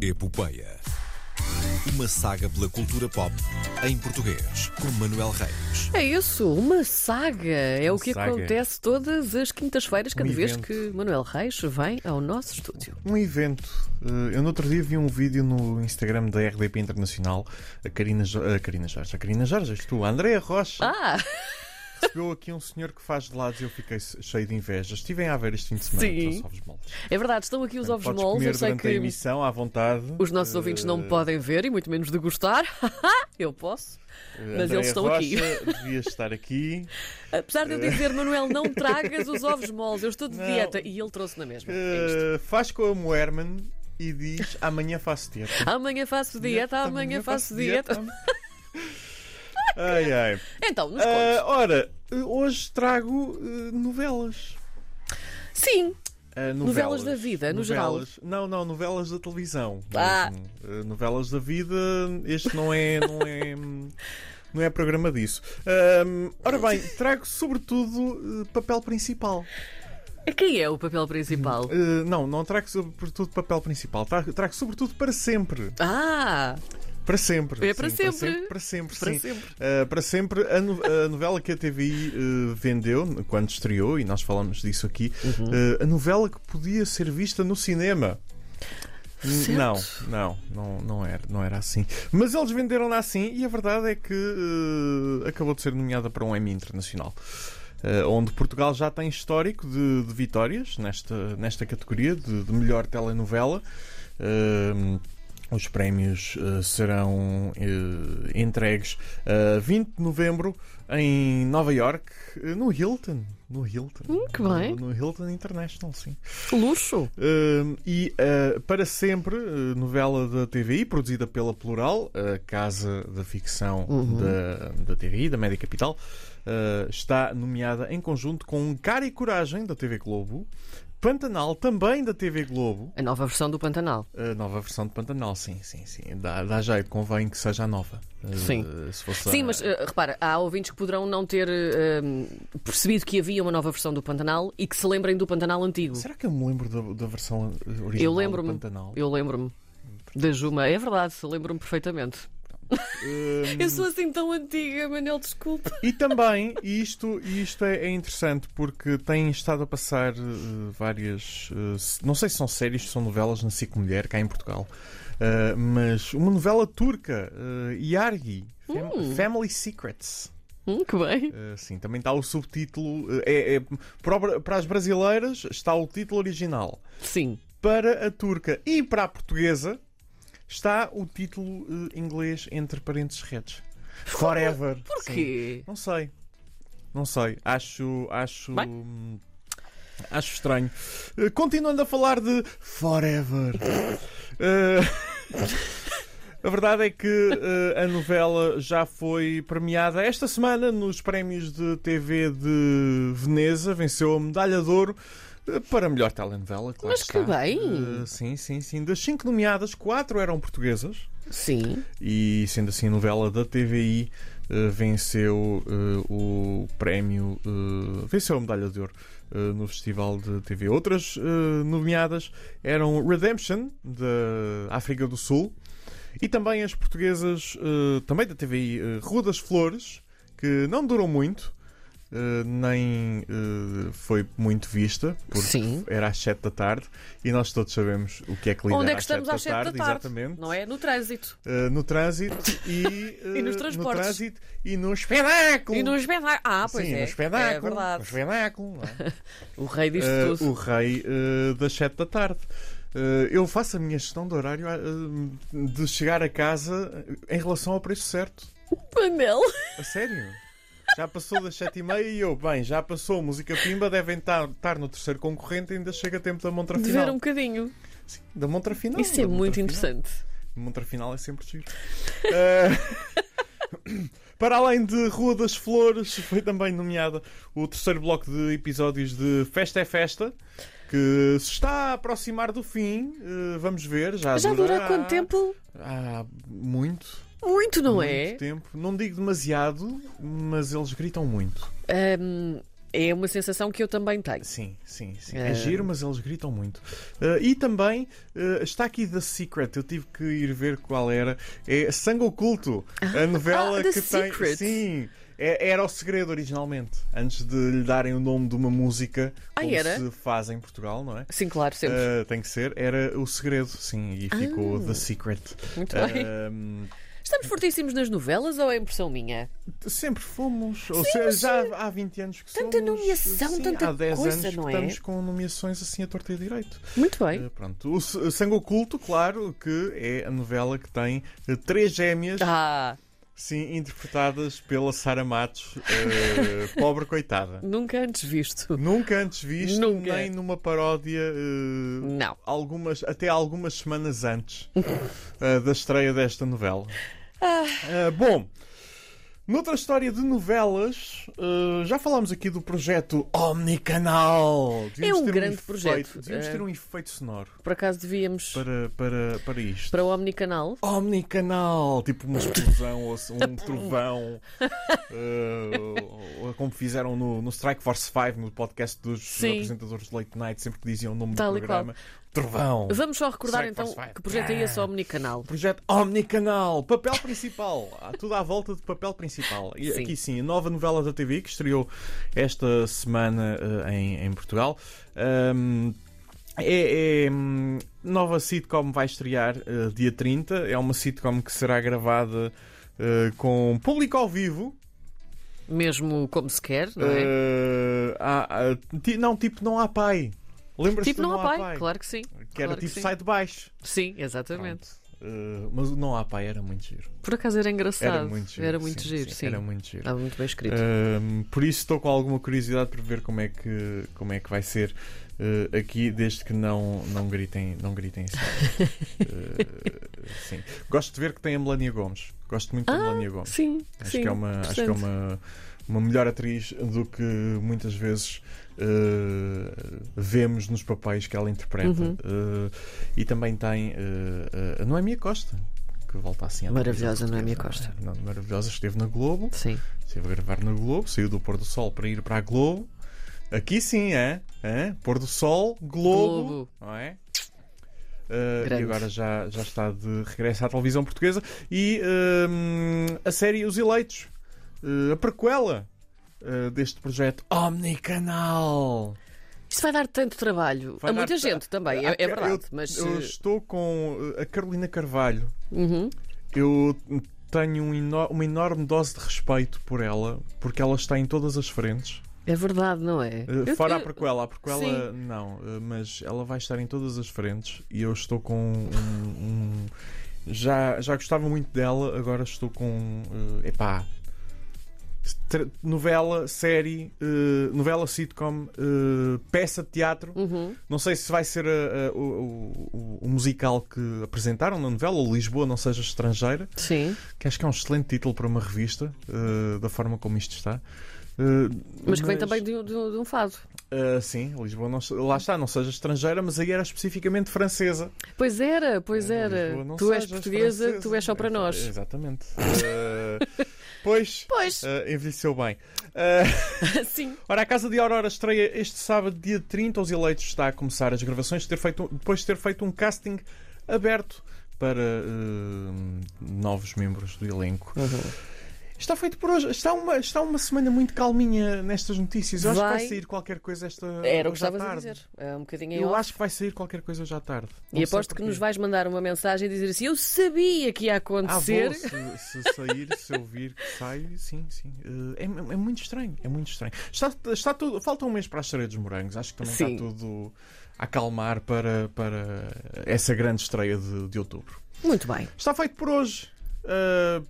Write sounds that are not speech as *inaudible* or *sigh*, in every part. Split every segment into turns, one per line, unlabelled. Epopeia. Uma saga pela cultura pop em português, com Manuel Reis.
É isso, uma saga. É o que
saga. Um
acontece todas as quintas-feiras, cada vez
evento.
que Manuel Reis vem ao nosso estúdio.
Um evento. Eh, Eu no outro dia vi um vídeo no Instagram da RDP Internacional. A Karina, Jo- a Karina Jorge. A Karina Jorge, és tu, a Andréa Rocha.
Ah,
Recebeu aqui um senhor que faz gelados e eu fiquei se- cheio de inveja. Estivem a ver este fim de semana.
Sim.
os ovos moles.
é verdade, estão aqui os ovos
Podes
moles.
comer
Eu sei
durante a
que
emissão eh, à vontade.
os nossos ouvintes não me podem ver e muito menos degustar. *laughs* Eu posso. mas eles estão
Rocha, *laughs*
aqui.
Devias estar aqui.
Apesar de eu dizer, Manuel,
*laughs*
não tragas os ovos moles, eu estou de
Eh. Não.
dieta. E ele trouxe na mesma. É isto.
Eh, faz com a Moerman e diz amanhã faço dieta.
Amanhã faço dieta, amanhã faço dieta.
*laughs* ai ai.
Então, nos
Ah,
contos.
ora, eh, hoje trago eh, novelas.
Sim,
Ah,
Novelas da vida, é no
Novelas- Não, não, novelas da televisão.
Ah.
mesmo. Ah, novelas da vida, este não é. Não é não é programa disso. Ahm, ora bem, trago sobretudo eh, papel principal.
quem é o papel principal?
Eh, não, não trago sobretudo papel principal. Trago, trago sobretudo para sempre.
Ah,
Para sempre.
É para
sim,
sempre.
Para sempre,
Para
sim.
sempre.
Uh, para sempre, a, no- a novela que a TVI uh, vendeu quando estreou, e nós falamos disso aqui, uh, a novela que podia ser vista no cinema. N-
Certo.
Não, não, não, não era, não era assim. Mas eles venderam-na assim e a verdade é que uh, acabou de ser nomeada para um Emmy Internacional. uh, onde Portugal já tem histórico de, de vitórias nesta, nesta categoria de, de melhor telenovela. Uh, os prémios eh, serão eh, entregues a 20 de novembro em Nova York, eh, no Hilton. No Hilton.
Hum, que bem.
No, no Hilton International, sim.
luxo.
Eh, e eh, para sempre, eh, novela da TVI, produzida pela Plural, a casa da ficção
Uhum.
da, da TVI, da Média Capital, eh, está nomeada em conjunto com Cara e Coragem, da TV Globo, Pantanal, também da TV Globo.
A nova versão do Pantanal.
A nova versão de Pantanal, sim, sim, sim. Dá, dá jeito, convém que seja a nova. Uh,
Sim.
se fosse
Sim,
a-
mas eh, repara, há ouvintes que poderão não ter eh, hum, percebido que havia uma nova versão do Pantanal e que se lembrem do Pantanal antigo.
Será que eu me lembro da, da versão uh, original
Eu lembro-me.
do
*laughs*
Pantanal?
Eu lembro-me. Da Juma, é verdade, lembro-me perfeitamente.
Um,
Eu sou assim tão antiga, Manel, desculpa.
E também, e isto, e isto é, é interessante porque tem estado a passar eh, várias. eh, se- não sei se são séries, se são novelas na SIC Mulher, cá em Portugal. eh, mas uma novela turca, eh, Yargi, Fam- Family Secrets.
Hum, que bem.
Eh, sim, também está o subtítulo. eh, é, é- para, o- para as brasileiras está o título original.
Sim.
Para a turca e para a portuguesa está o título eh, inglês entre parênteses retos. Forever. Sim.
Porquê?
Não sei. Não sei. Acho. Acho.
Bem.
hum, Acho estranho. Eh, Continuando a falar de Forever. Eh, *laughs* A verdade é que eh, a novela já foi premiada esta semana nos prémios de TV de Veneza. Venceu a medalha de ouro eh, para a melhor telenovela, claro
Mas que
está.
bem.
Eh, sim, sim, sim. Das cinco nomeadas, quatro eram portuguesas.
Sim.
E sendo assim, a novela da TVI eh, venceu eh, o prémio, eh, venceu a medalha de ouro eh, no Festival de TV. Outras eh, nomeadas eram Redemption, da África do Sul, e também as portuguesas, eh, também da TVI, eh, Rua das Flores, que não durou muito. eh, nem eh, foi muito vista, porque
Sim.
era às 7 da tarde e nós todos sabemos o que é que lidera
Onde é que estamos às
às
7 da tarde?
exatamente.
Não é? No trânsito.
Uh, no trânsito e,
*laughs*
uh,
E nos
no
transportes.
trânsito e no espetáculo.
E no espetáculo. Ah, pois
Sim,
é.
no espetáculo.
É
no
verdade.
espetáculo, não
*laughs*
é?
O rei diz
Uh,
tudo.
o rei uh, das 7 da tarde. Uh, eu faço a minha gestão de horário uh, de chegar a casa eh, em relação ao preço certo.
Manel.
A sério? Já passou das 7 e meia e eu, bem, já passou música pimba, devem estar, estar no terceiro concorrente ainda chega tempo da montra
De ver um
final.
bocadinho.
Sim, da montra final.
Isso é
da montra
muito
final.
interessante.
Montra final é sempre giro. *laughs* Eh, *coughs* Para além de Rua das Flores, foi também nomeada o terceiro bloco de episódios de Festa é Festa, que se está a aproximar do fim. eh, vamos ver, já,
Já dura quanto tempo?
Há muito,
Muito, não
muito
é?
tempo. Não digo demasiado, mas eles gritam muito.
Hum, É uma sensação que eu também tenho.
Sim, sim, sim.
Eh,
É giro, mas eles gritam muito. Eh, e também eh, está aqui The Secret, eu tive que ir ver qual era. É Sangue Oculto, a novela
ah, The
que
Secret.
tem. Sim. é- Era o segredo originalmente, antes de lhe darem o nome de uma música,
Ah,
como
era?
se faz em Portugal, não é?
Sim, claro, sempre.
Eh, tem que ser, era o segredo, sim, e ficou The Secret.
Ah.
Eh,
Muito bem.
Ahm,
Estamos fortíssimos nas novelas ou é impressão minha?
Sempre fomos. Ou seja, já há há 20 anos que
eh, tanta
somos.
nomeação,
sim,
tanta
há 10
coisa,
anos que
não é?
Estamos com nomeações assim a torta e direito.
Muito bem.
Eh, pronto. O S- Sangue Oculto, claro, que é a novela que tem eh, três gêmeas,
Ah,
sim, interpretadas pela Sara Matos, eh,
*laughs*
pobre coitada.
nunca antes visto.
Nunca antes visto,
Nunca.
nem numa paródia. eh,
Não.
algumas, até algumas
*laughs*
semanas antes eh, da estreia desta novela.
Ah.
Eh, bom, noutra história de novelas, eh, já falámos aqui do projeto Omnicanal. Devíamos
É um
ter
grande
efeito-
projeto.
Devíamos
Eh,
ter um efeito sonoro
Por acaso devíamos
para, para, para isto.
para o Omnicanal?
Omnicanal, tipo uma explosão ou se- um *laughs* trovão, eh, ou- ou como fizeram no, no Strike Force 5, no podcast dos
Sim.
apresentadores de Late Night, sempre que diziam o nome
Tal
do
e qual.
programa. Trovão.
Vamos só recordar
Strike
então
Force Five.
que projeto é esse Omnicanal.
Projeto Omnicanal, papel principal. Há tudo à volta de papel principal. E
Sim.
aqui sim, a nova novela da TV que estreou esta semana eh, em, em Portugal. Ahm, é, é, hum, nova sitcom vai estrear eh, dia 30. É uma sitcom que será gravada eh, com público ao vivo.
Mesmo como se quer, não é?
Eh, há- há- ti- não, tipo, não há pai. Lembras-te
tipo
do
não há pai, claro que sim.
Que era
claro que
tipo
sim.
sai de baixo.
Sim, exatamente.
Eh, mas o não há pai era muito giro.
Por acaso era engraçado.
Era muito giro.
Era muito
sim,
giro, sim.
Era muito giro. Eh,
Estava muito bem escrito.
Ahm, por isso estou com alguma curiosidade para ver como é que, como é que vai ser eh, aqui, desde que não, não gritem, não
*laughs*
gritem em cima. Eh, sim. Gosto de ver que tem a Melania Gomes. Gosto muito da Melania Gomes.
sim,
Acho
Ah, sim.
que é uma, acho que é
interessante.
uma, uma melhor atriz do que muitas vezes eh, vemos nos papéis que ela interpreta.
Uhum.
Eh, e também tem eh, a Noémia Costa, que volta assim à
Maravilhosa
televisão
Noémia
portuguesa.
Costa.
Não, maravilhosa, esteve na Globo,
Sim.
esteve a gravar na Globo, saiu do Pôr do Sol para ir para a Globo. Aqui sim, é? é? Pôr do Sol, Globo,
Globo.
não é? Eh,
Grande.
e agora já, já está de regresso à televisão portuguesa. E hum, a série Os Eleitos, eh, a prequela eh, deste projeto Omnicanal.
Isto vai dar tanto trabalho.
Vai
a muita
dar-
gente também, é, é
Ah, Eu-
verdade. mas
Eu
eh,
estou com eh, a Carolina Carvalho.
uhum,
Eu tenho um eno- uma enorme dose de respeito por ela, porque ela está em todas as frentes.
é verdade, não é?
Eh,
Eu-
Fora a
eu-
prequela, a prequela
Sim.
não, eh, mas ela vai estar em todas as frentes e eu estou com um. um- já, já gostava muito dela, agora estou com. eh, epá. Tra- Novela, série, eh, novela sitcom, eh, peça de teatro.
Uhum.
Não sei se vai ser a- a- o, o- o musical que apresentaram na novela, ou Lisboa Não Seja Estrangeira,
Sim,
que acho que é um excelente título para uma revista, eh, da forma como isto está. Eh,
mas que vem também de, um- de um- de um fado.
Uh, sim, Lisboa não, se- lá está, não seja estrangeira, mas aí era especificamente francesa. Eh,
Pois era, pois era.
É, Lisboa não
Tu és
sejas
portuguesa,
francesa. é,
tu és só para
Exa-
nós.
Exatamente. Uh, *laughs* pois,
Pois, *laughs*
uh, envelheceu bem. Uh,
sim.
ora, a Casa de Aurora estreia este sábado, dia 30. Os eleitos está a começar as gravações de ter feito- depois de ter feito um casting aberto para uh, novos membros do elenco. Está feito por hoje. Está uma, está uma semana muito calminha nestas notícias. Eu acho que
Vai-
vai sair qualquer coisa esta
Era o que
hoje à
estavas a
tarde.
dizer. É um bocadinho em
Eu
off.
acho que vai sair qualquer coisa hoje à tarde. Não
E
sei
aposto que
porquê.
nos vais mandar uma mensagem e dizer assim: Eu sabia que ia
Ah, vou,
acontecer.
se, se sair, se eu vir que sai, sim, sim. Eh, é, é muito estranho, é muito estranho. Está, está tudo, falta um mês para a estreia dos morangos. Acho que também
Sim.
está tudo a calmar para, para essa grande estreia de, de outubro.
Muito bem.
Está feito por hoje. Eh,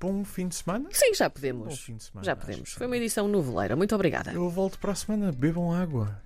bom fim de semana.
Sim, já
Bom
podemos.
fim de semana.
Já
acho
podemos.
que
Foi uma edição noveleira. Muito obrigada.
Eu volto para a semana. Bebam água.